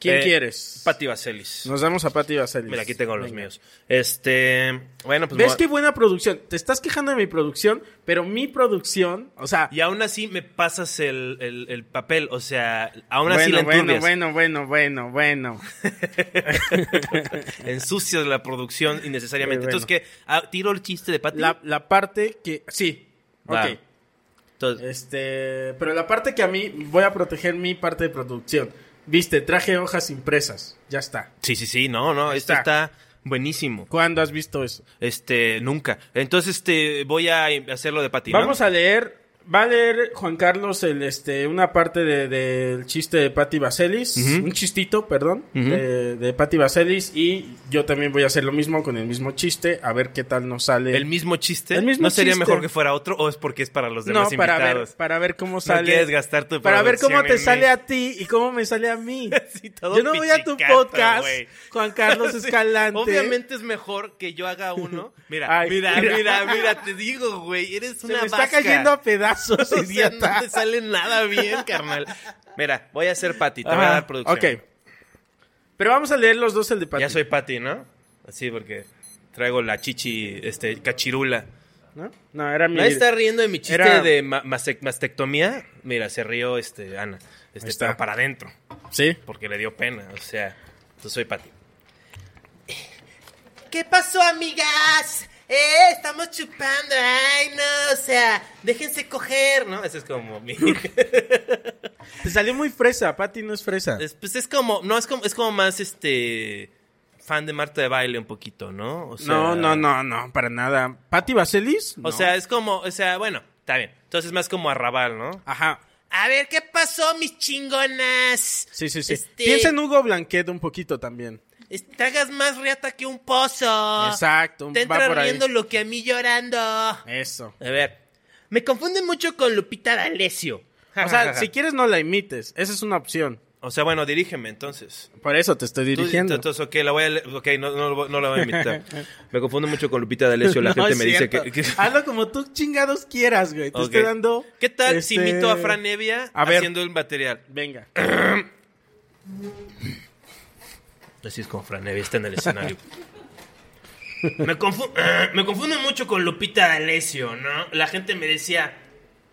¿Quién Eh, quieres? Patti Vaselis. Nos damos a Patti Vaselis. Mira, aquí tengo los Venga. míos. Este. Bueno, pues. ¿Ves me qué voy- buena producción? Te estás quejando de mi producción, pero mi producción, o sea... Y aún así me pasas el, el- el papel. O sea, aún así bueno, la bueno, enturbias. bueno, bueno, bueno, bueno. Ensucias la producción innecesariamente. Eh, bueno. Entonces, ¿qué? Ah, ¿Tiro el chiste de Patti? La, la parte que... Sí, Va. ok. Entonces, Este, pero la parte que a mí voy a proteger mi parte de producción. Viste, traje hojas impresas. Ya está. sí, sí, sí. No, no. Esto está. está buenísimo. ¿Cuándo has visto eso? Este, nunca. Entonces, este, voy a hacerlo de Pati. Vamos a leer, va a leer Juan Carlos el, este, una parte de- del chiste de Patti Vaselis, un chistito, perdón, de, de Patti Vaselis y yo también voy a hacer lo mismo con el mismo chiste, a ver qué tal nos sale. ¿El mismo chiste? El mismo ¿No sería chiste. mejor que fuera otro o es porque es para los no, demás para ver, invitados? para ver cómo sale. quieres gastar tu Para ver cómo producción te en mí. sale a ti y cómo me sale a mí. Sí, todo Yo no voy a tu pichicato, podcast, güey. Juan Carlos Sí, Escalante. Obviamente es mejor que yo haga uno. Mira, Ay, mira, mira. mira, mira, te digo, güey, eres Se una me está vasca. cayendo a pedazos, O sea, idiota. no te sale nada bien, carnal. Mira, voy a ser Pati, te voy a Ajá, dar producción. Ok. Pero vamos a leer los dos el de Pati. Ya soy Pati, ¿no? Así porque traigo la chichi, este, cachirula. ¿No? No, era mi... ¿No está riendo de mi chiste Era- de ma- mastec- mastectomía? Mira, se rió este Ana. Este, está. pero para adentro, Sí. porque le dio pena. O sea, yo soy Pati. ¿Qué pasó, amigas? Eh, estamos chupando, ay, no, o sea, déjense coger, ¿no? No, ese es como mi. Te salió muy fresa. Pati no es fresa. es, pues es como. No, es como, es como más este. Fan de Marta de baile un poquito, ¿no? O sea- no, no, no, no, para nada. ¿Pati Vaselis? O No. sea, es como. O sea, bueno, está bien. Entonces más como arrabal, ¿no? Ajá. A ver, ¿qué pasó, mis chingonas? Sí, sí, sí. Este- Piensa en Hugo Blanquet un poquito también. Es- Tragas más reata que un Ah, pozo. Exacto, Te va entra por ahí. riendo lo que a mí llorando. A Eso. ver, me confunden mucho con Lupita D'Alessio. O sea, si quieres no la imites. Esa es una opción. O sea, bueno, dirígeme entonces. Por eso te estoy Tú- dirigiendo. Entonces, ok, la voy a le- ok, no, no, lo voy- no la voy a invitar. Me confundo mucho con Lupita D'Alessio. La No, gente es me dice cierto. que. que- Hazlo como tú chingados quieras, güey. Te estoy Ok. dando... ¿Qué tal si este, imito a Fran Nevia A ver. haciendo el material? Venga. Así es como Fran Nevia está en el escenario. me, confu- eh, me confundo mucho con Lupita D'Alessio, ¿no? La gente me decía,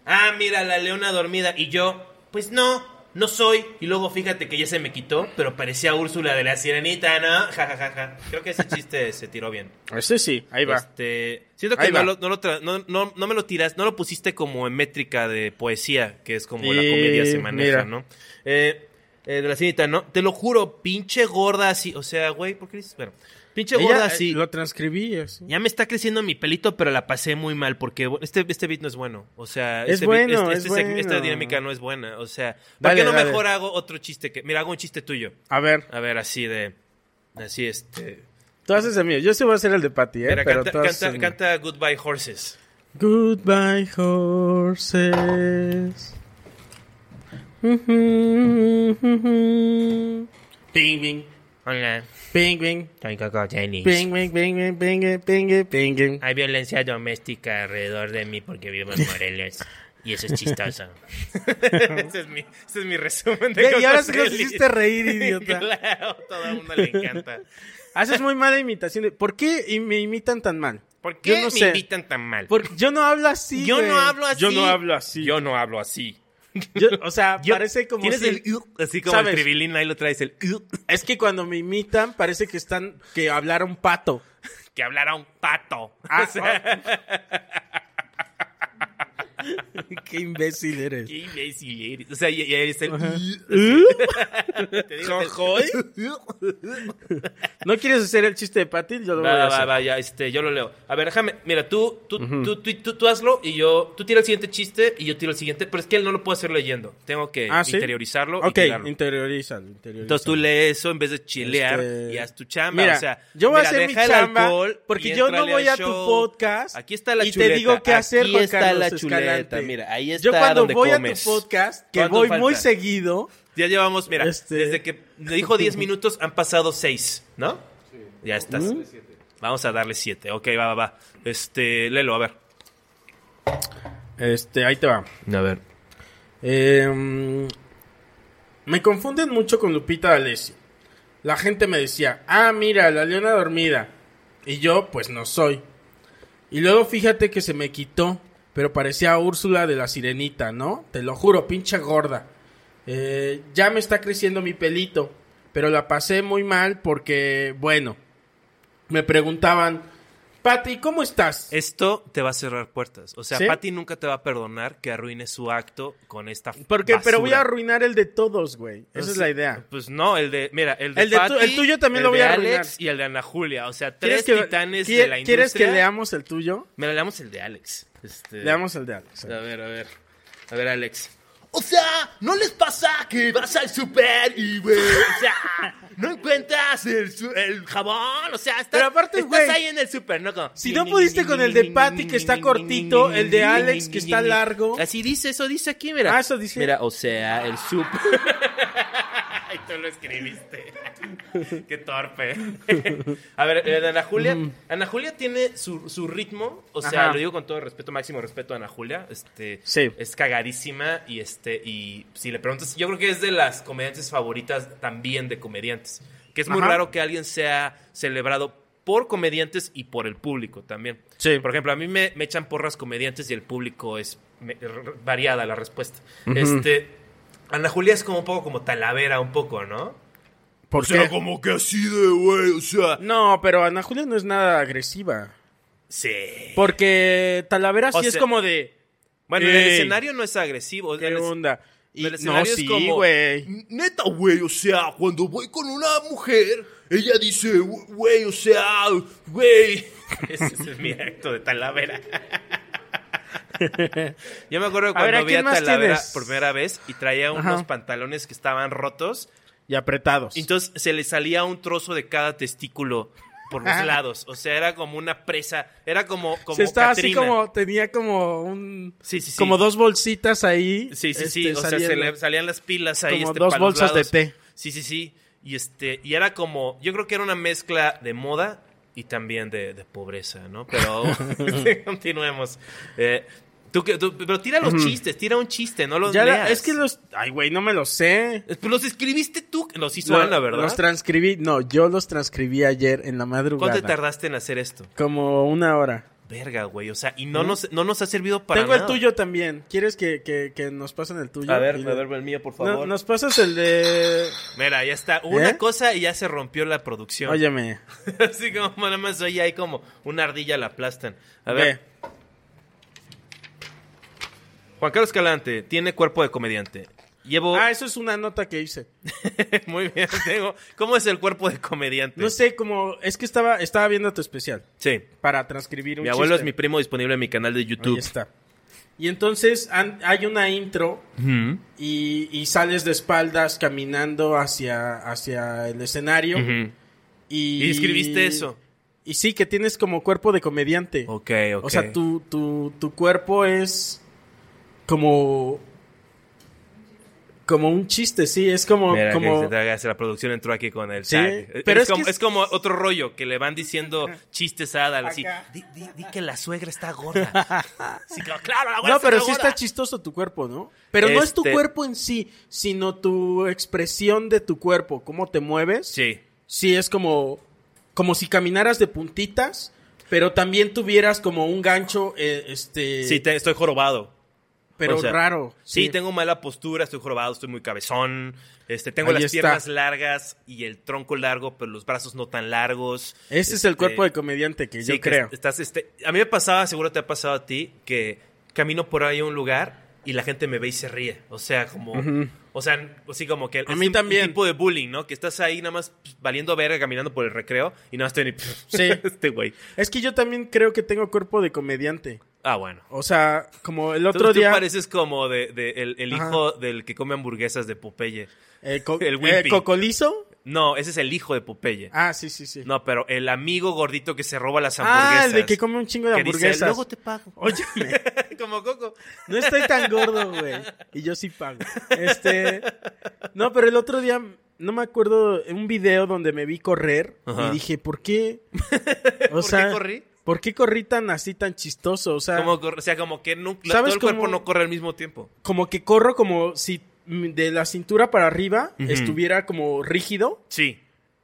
ah, mira, la leona dormida. Y yo, pues no, no soy. Y luego fíjate que ya se me quitó, pero parecía Úrsula de la Sirenita, ¿no? Ja, ja, ja, ja. Creo que ese chiste se tiró bien. Ese sí, ahí va. Este, siento que Ahí va. no lo, no, lo tra- no, no- no me lo tiras, no lo pusiste como en métrica de poesía, que es como la Y comedia se maneja, mira. ¿no? Eh, eh, de la cinita, ¿no? Te lo juro, pinche gorda así. O sea, güey, ¿por qué dices? Bueno, pinche Ella, gorda eh, así. Lo transcribí así. Ya me está creciendo mi pelito, pero la pasé muy mal porque bueno, este, este beat no es bueno. O sea, Es este bueno, este- es este seg- esta bueno. dinámica no es buena. O sea, ¿por Dale, qué no dale. mejor hago otro chiste? que Mira, hago un chiste tuyo. A ver, A ver, así de. Así este. tú haces el mío. Yo sí voy a hacer el de Patty, ¿eh? Mira, Pero canta- tú haces el canta, mío. canta Goodbye Horses. Goodbye horses. Ping, ping, Hola, ping, ping, soy Coco Jennings. ping, ping, ping, ping, ping, ping, ping. Hay violencia doméstica alrededor de mí porque vivo en Morelos. y eso es chistoso. Ese es mi, ese es mi resumen de Ya- Y ahora Cocos sí nos Deli. hiciste reír, idiota. Claro, toda una le encanta. Haces muy mala imitación. de- ¿Por qué y me imitan tan mal? ¿Por Yo qué no me sé. invitan tan mal? Porque yo no hablo así. yo güey. no hablo así. Yo no hablo así. Yo no hablo así. Yo- o sea, Yo- parece como Tienes si- el "uh", así como ¿Sabes? el trivilín, ahí lo traes el "uh", Es que cuando me imitan parece que están que hablaron pato. que hablara un pato. Ah, oh. Qué imbécil eres. Qué imbécil eres. O sea, y, y ahí está el "uh", te digo, te- ¿No quieres hacer el chiste de Patil? Yo lo voy Va, a va, hacer. va, ya, este, yo lo leo. A ver, déjame, mira, tú, tú, tú, tú, tú, tú hazlo y yo, tú tira el siguiente chiste y yo tiro el siguiente, pero es que él no lo puedo hacer leyendo. Tengo que Ah, ¿sí? interiorizarlo Ok, y tirarlo. interiorízalo, interiorízalo. Entonces tú lees eso en vez de chilear Este, y haz tu chamba. Mira, o sea, yo voy mira, a hacer mi deja el chamba alcohol porque y yo no éntrale voy al a tu show. podcast. Aquí está la y chuleta. te digo qué hacer, Aquí Juan está Carlos la chuleta. Escalante. Mira, ahí Yo está cuando donde voy comes. a tu podcast, que ¿Cuándo voy falta? muy seguido, Ya llevamos, mira, Este- desde que me dijo 10 minutos han pasado 6, ¿no? Ya estás. Vamos a darle 7. Ok, va, va, va. Este, Lelo, a ver. Este, ahí te va. A ver. Eh, me confunden mucho con Lupita D'Alessio. La gente me decía, ah, mira, la leona dormida. Y yo, pues no soy. Y luego fíjate que se me quitó, pero parecía a Úrsula de la sirenita, ¿no? Te lo juro, pinche gorda. Eh, ya me está creciendo mi pelito, pero la pasé muy mal porque, bueno, me preguntaban, Pati, ¿cómo estás? Esto te va a cerrar puertas. O sea, ¿Sí? Patty nunca te va a perdonar que arruines su acto con esta Porque, pero voy a basura. arruinar el de todos, güey. Esa es la Sí, idea. Pues no, el de. Mira, el de. El de tu- Patty, el tuyo también lo voy de a arruinar. Alex y el de Ana Julia. O sea, ¿Quieres tres que- titanes quiere- de la industria. ¿Quieres que leamos el tuyo? Mira, leamos el de Alex. Este, Leamos el de Alex. A ver, a ver. A ver, Alex. O sea, ¿no les pasa que vas al super y, güey, o sea, no encuentras el, su- el jabón? O sea, estás, Pero aparte, estás güey, ahí en el super, ¿no? Como- Si no pudiste con el de Patty, que está cortito, el de Alex, que está largo. Así dice, eso dice aquí, mira. Ah, eso dice. Mira, o sea, el super. Ay, tú lo escribiste. Qué torpe. A ver, eh, de Ana Julia. Ana Julia tiene su, su ritmo. O sea, Mm. Ajá. lo digo con todo respeto, máximo respeto a Ana Julia. Este, Sí. Es cagadísima. Y este, y si le preguntas, yo creo que es de las comediantes favoritas también de comediantes. Que es muy Ajá. raro que alguien sea celebrado por comediantes y por el público también. Sí. Por ejemplo, a mí me, me echan porras comediantes y el público es me- r- r- variada la respuesta. Este. Ana Julia es como un poco como Talavera, un poco, ¿no? ¿Por qué? como que así de güey, o sea. No, pero Ana Julia no es nada agresiva. Sí. Porque Talavera sí Eh. O es sea- como de. Bueno, en el Ey. escenario no es agresivo. ¿Qué en el- onda? Y, el no, escenario es sí, como- güey. Mm. Neta, güey, o sea, cuando voy con una mujer, ella dice, güey, o sea, güey. Ese es mi acto de Talavera. Yo me acuerdo A ver, cuando ¿a vi quién a más Talavera tienes? por primera vez y traía unos pantalones que estaban rotos. Y apretados. Entonces se le salía un trozo de cada testículo por los lados. O sea, era como una presa. Era como. como Se estaba así Catrina. como. Tenía como un. Sí, sí, sí. Como dos bolsitas ahí. Sí, sí, sí. este, o sea, se saliendo. le salían las pilas ahí. Como este, dos pa' los bolsas de lados. té. Sí, sí, sí. Y, este, y era como. Yo creo que era una mezcla de moda y también de, de pobreza, ¿no? Pero continuemos. Eh, tú, que- tú- pero tira los chistes, tira un chiste, no los Ya la- leas. es que los. Ay, güey, no me lo sé. Pero Los escribiste tú, los hizo Lo- Ana, ¿verdad? Los transcribí. No, yo los transcribí ayer en la madrugada. ¿Cuánto te tardaste en hacer esto? Como una hora. Verga, güey. O sea, y no, nos, no nos ha servido para ¿Mm? Tengo el nada. tuyo también. ¿Quieres que, que- que nos pasen el tuyo? A ver, Y- a ver, el mío, por No, favor. nos pasas el de. Mira, ya está. Una ¿Eh? cosa y ya se rompió la producción. Óyeme. Así como nada más ahí hay como una ardilla la aplastan. A ver. Juan Carlos Calante tiene cuerpo de comediante. ve. Llevo. Ah, eso es una nota que hice. muy bien, tengo. ¿Cómo es el cuerpo de comediante? No sé, como. Es que estaba, estaba viendo tu especial Sí. para transcribir un Mi abuelo es mi chiste. primo disponible en mi canal de Ahí YouTube. está. Y entonces han- hay una intro Ujú. y, y sales de espaldas caminando hacia, hacia el escenario. Ujú. Y, Y escribiste eso. Y sí, que tienes como cuerpo de comediante. Ok, ok. O sea, tu, tu, tu cuerpo es como. Como un chiste, sí. Es como. Mira, que como se traga- se la producción entró aquí con el Sí, tag. Es- pero es, es que como, es- es como otro rollo que le van diciendo chistes a Adal. Así, di, di- di que la suegra está gorda. Así como, claro, la abuela no, pero está sí gorda. está chistoso tu cuerpo, ¿no? Pero no es tu Este- cuerpo en sí, sino tu expresión de tu cuerpo, cómo te mueves. Sí. Sí, es como. Como si caminaras de puntitas, pero también tuvieras como un gancho, eh, este. Sí, te- estoy jorobado. pero O sea, raro. Sí. tengo mala postura, estoy jorobado, estoy muy cabezón. Este, tengo Ahí las está. piernas largas y el tronco largo, pero los brazos no tan largos. Ese es el cuerpo de comediante que este Sí, yo que creo. est- Estás, este, a mí me pasaba, seguro te ha pasado a ti, que camino por ahí a un lugar y la gente me ve y se ríe. O sea, como. O sea, así como que. es mí un- también. Un tipo de bullying, ¿no? Que estás ahí nada más pues, valiendo verga caminando por el recreo y nada más te ven y. Sí. este güey. Es que yo también creo que tengo cuerpo de comediante. Ah, bueno. O sea, como el Tú- otro tú día. pareces como de, de- el, el Ajá. hijo del que come hamburguesas de Popeye. eh, co- el eh, Wimpy. ¿Cocolizo? No, ese es el hijo de Popeye. Ah, sí, sí, sí. No, pero el amigo gordito que se roba las hamburguesas. ah, el de que come un chingo de Que dice, hamburguesas. "Luego te pago". Oye, como Coco. no estoy tan gordo, güey. Y yo sí pago. Este. No, pero el otro día no me acuerdo, en un video donde me vi correr Ajá. y dije, ¿por qué? O ¿Por sea, qué corrí? ¿Por qué corrí tan así, tan chistoso? O sea, Como, como, cor- o sea, como que no, la- todo ¿Sabes el cuerpo cómo- no corre al mismo tiempo. que corro como si mm, de la cintura para arriba Ujú. estuviera como rígido Sí.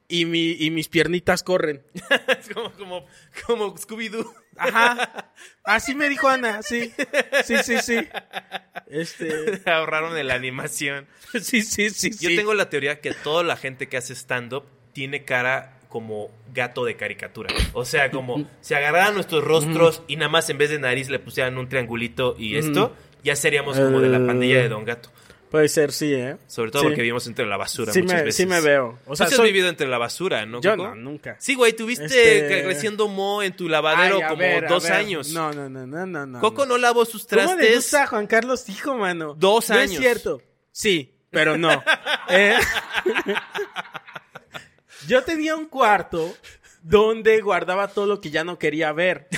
y, mi, y mis piernitas corren. Es como, como, como Scooby-Doo. Ajá. Así me dijo Ana, sí. Sí, sí, sí. Este. Ahorraron en la animación. Sí, sí, sí. Yo sí. tengo la teoría que toda la gente que hace stand-up tiene cara como gato de caricatura. O sea, como se agarraran nuestros rostros y nada más en vez de nariz le pusieran un triangulito y esto, ya seríamos como de la pandilla de Don Gato. Puede ser, sí, ¿eh? Sobre todo Sí. porque vivimos entre la basura Sí muchas me- veces. sí me veo. O O sea, sea, Tú sí has soy- vivido entre la basura, ¿no? Yo Coco? no, nunca. Sí, güey, tuviste Este- cre- creciendo mo en tu lavadero Ay, a como ver, a dos ver. años. No, no, no, no, no. no. Coco no lavó sus ¿Cómo le trastes. gusta a Juan Carlos Hijo, mano? Dos No es años. cierto. Sí, pero no. Eh, Yo tenía un cuarto donde guardaba todo lo que ya no quería ver.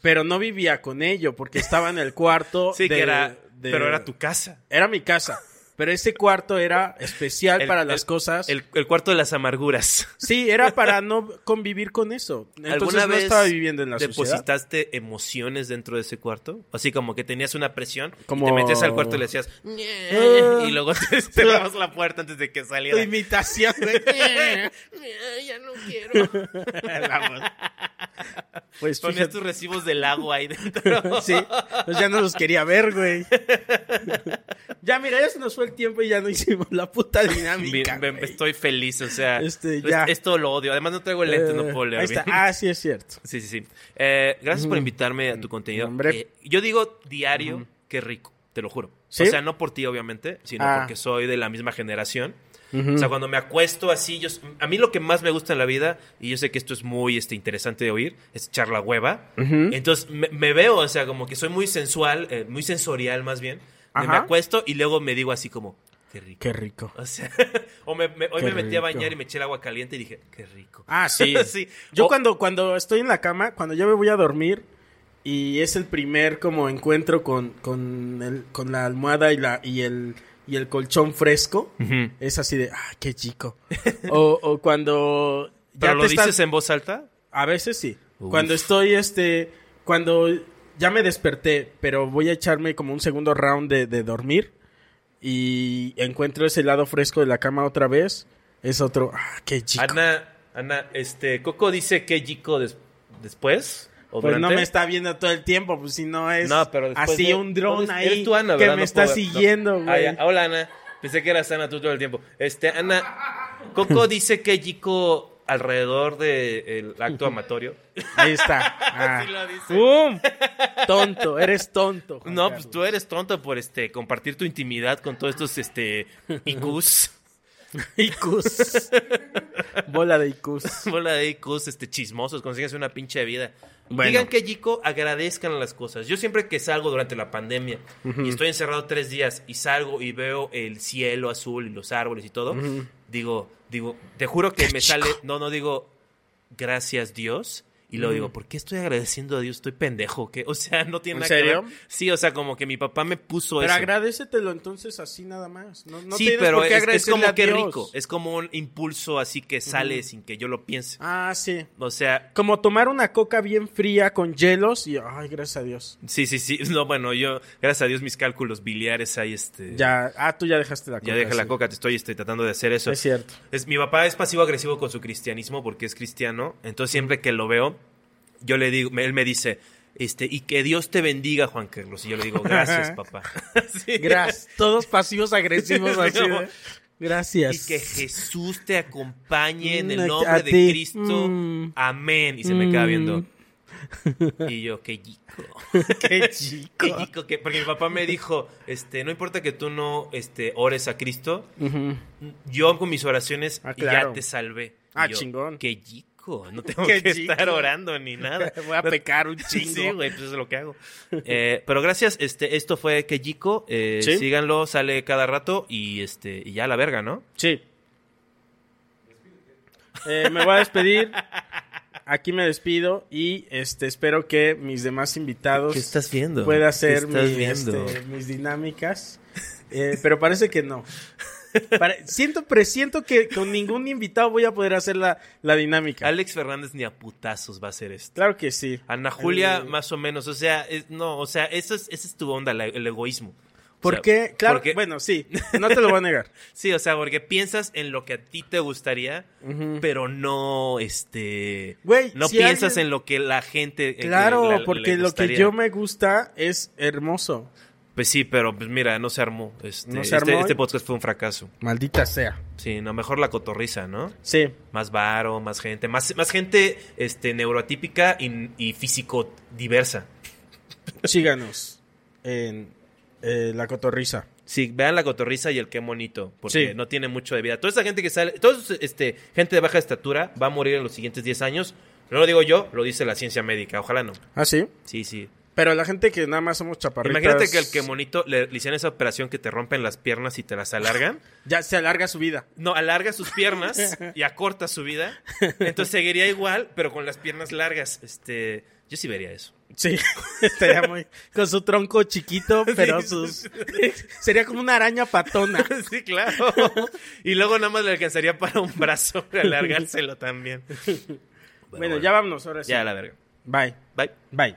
Pero no vivía con ello porque estaba en el cuarto. Sí, de- que era. de- Pero era tu casa. Era mi casa. Pero ese cuarto era especial El- para el- las cosas. El, el cuarto de las amarguras. Sí, era para no convivir con eso. Entonces ¿Alguna no vez estaba viviendo en la sociedad. depositaste emociones dentro de ese cuarto? Así como que tenías una presión, y Como- te metías al cuarto y le decías "Nye", y luego te cerrabas la puerta antes de que Tu saliera. imitación de... ya no quiero. Pues Ponías fíjate, tus recibos del agua ahí dentro. sí, pues ya no los quería ver, güey. ya, mira, ya se nos fue el tiempo y ya no hicimos la puta dinámica. Bien, bien, güey. estoy feliz, o sea, Este, es- ya. esto lo odio. Además no traigo el lente, no Eh, puedo leer Ahí está. bien. Ah, sí, es cierto. Sí, sí, sí. Eh, gracias por invitarme a tu contenido. Mm, hombre. Eh, yo digo diario, qué rico, te lo juro. ¿Sí? O sea, no por ti, obviamente, sino Ah. porque soy de la misma generación. O sea, cuando me acuesto así, yo, a mí lo que más me gusta en la vida, y yo sé que esto es muy este, interesante de oír, es echar la hueva. Entonces, me, me veo, o sea, como que soy muy sensual, eh, muy sensorial más bien. Me- Me Ajá. acuesto y luego me digo así como, qué rico. Qué rico. O sea, o me- me- hoy Qué me metí a bañar rico. y me eché el agua caliente y dije, qué rico. Ah, sí. Sí. Yo O- cuando, cuando estoy en la cama, cuando yo me voy a dormir y es el primer como encuentro con, con, el- con la almohada y, la, y, el, y el colchón fresco, es así de, ah, qué chico. o, o cuando... ¿Pero lo te estás- dices en voz alta? A veces sí. Cuando estoy, este, cuando ya me desperté, pero voy a echarme como un segundo round de, de dormir y encuentro ese lado fresco de la cama otra vez, es otro, ah, qué chico. Ana, Ana, este, Coco dice que Jico des- después o Pues durante. no me está viendo todo el tiempo, pues si no es No, pero después así de- un dron Eres- ahí eres tú, Ana, que ¿verdad? me No está puedo ver, no. siguiendo, Ah, güey. ya. Hola, Ana. Pensé que eras Ana tú todo el tiempo. Este, Ana, Coco dice que Jico alrededor del acto amatorio. Ahí está. Ah. lo dice. ¡Pum! Tonto, eres tonto. Juan No, Carlos. pues tú eres tonto por este compartir tu intimidad con todos estos este IQs, Icus. Bola de Icus. bola de IQs este chismosos, consíguense una pinche vida. Bueno. Digan que Jico agradezcan las cosas. Yo siempre que salgo durante la pandemia y estoy encerrado tres días y salgo y veo el cielo azul y los árboles y todo, digo, digo, te juro que me sale, no, no digo, gracias Dios. Y luego digo, ¿por qué estoy agradeciendo a Dios? Estoy pendejo, que, o sea, no tiene ¿En nada serio? que ver. Sí, o sea, como que mi papá me puso Pero Pues eso. agradécetelo entonces así nada más. No, no sí, tienes pero por qué es, es agradecerle como a que Dios. rico. Es como un impulso así que sale sin que yo lo piense. Ah, sí. O sea, Como tomar una coca bien fría con hielos y ay, gracias a Dios. sí, sí, sí. No, bueno, yo, gracias a Dios, mis cálculos biliares ahí, este. Ya, ah, tú ya dejaste la coca. Ya deja la sí. coca, te estoy este, tratando de hacer eso. Es cierto. Es- mi papá es pasivo-agresivo con su cristianismo porque es cristiano. Entonces, siempre que lo veo, yo le digo, me- él me dice, este, y que Dios te bendiga, Juan Carlos. Y yo le digo, gracias, papá. Sí. Gracias. Todos pasivos agresivos así. Sí, como- de, Gracias. Y que Jesús te acompañe en Mm, a- el a nombre de ti. Cristo. Mm. Amén. Y se me queda viendo. Y yo, qué chico. Qué chico. Qué chico. que- Porque mi papá me dijo, este, no importa que tú no este, ores a Cristo, yo con mis oraciones Ah, claro. ya te salvé. Y Ah, yo, chingón. Qué chico. No tengo Qué que chico. estar orando ni nada. Voy a No- pecar un chingo. Sí, güey, pues es lo que hago. Eh, pero gracias, este, esto fue Kejiko. Eh, Sí. Síganlo, sale cada rato y este, y ya la verga, ¿no? Sí. Eh, me voy a despedir. Aquí me despido y este espero que mis demás invitados ¿Qué estás viendo? pueda hacer ¿Qué estás mi, viendo? este, mis dinámicas. Eh, pero parece que no. Para- siento, presiento que con ningún invitado voy a poder hacer la, la dinámica. Alex Fernández ni a putazos va a hacer esto. Claro que sí. Ana Julia, Eh, más o menos. O sea, es- no, o sea, esa es, esa es tu onda, la- el egoísmo. O ¿Por sea, qué? Claro, porque- bueno, sí, no te lo voy a negar. Sí, o sea, porque piensas en lo que a ti te gustaría, pero no, este... Güey, no si piensas alguien- en lo que la gente... en- Claro, la- le porque lo que gustaría. yo me gusta es hermoso. Pues sí, pero pues mira, no se armó. Este, No se este- armó. este podcast fue un fracaso. Maldita sea. Sí, no, mejor la cotorriza, ¿no? Sí, Más varo, más gente, más, más gente este, neuroatípica y, y físico diversa. síganos en eh, La Cotorriza. Sí, vean la cotorriza y el qué monito, porque Sí. no tiene mucho de vida. Toda esa gente que sale, toda esa, este, gente de baja estatura va a morir en los siguientes 10 años. No lo digo yo, lo dice la ciencia médica, ojalá no. Ah, sí. Sí, sí. Pero la gente que nada más somos chaparritas. Imagínate que el que monito le, le hicieron esa operación que te rompen las piernas y te las alargan. Ya se alarga su vida. No, alarga sus piernas y acorta su vida. Entonces seguiría igual, pero con las piernas largas. Este, yo sí vería eso. Sí, estaría muy. Con su tronco chiquito, pero Sí. sus. Sería como una araña patona. Sí, claro. Y luego nada más le alcanzaría para un brazo, para alargárselo también. Bueno, ya vámonos, ahora sí. Ya, la verga. Bye. Bye. Bye.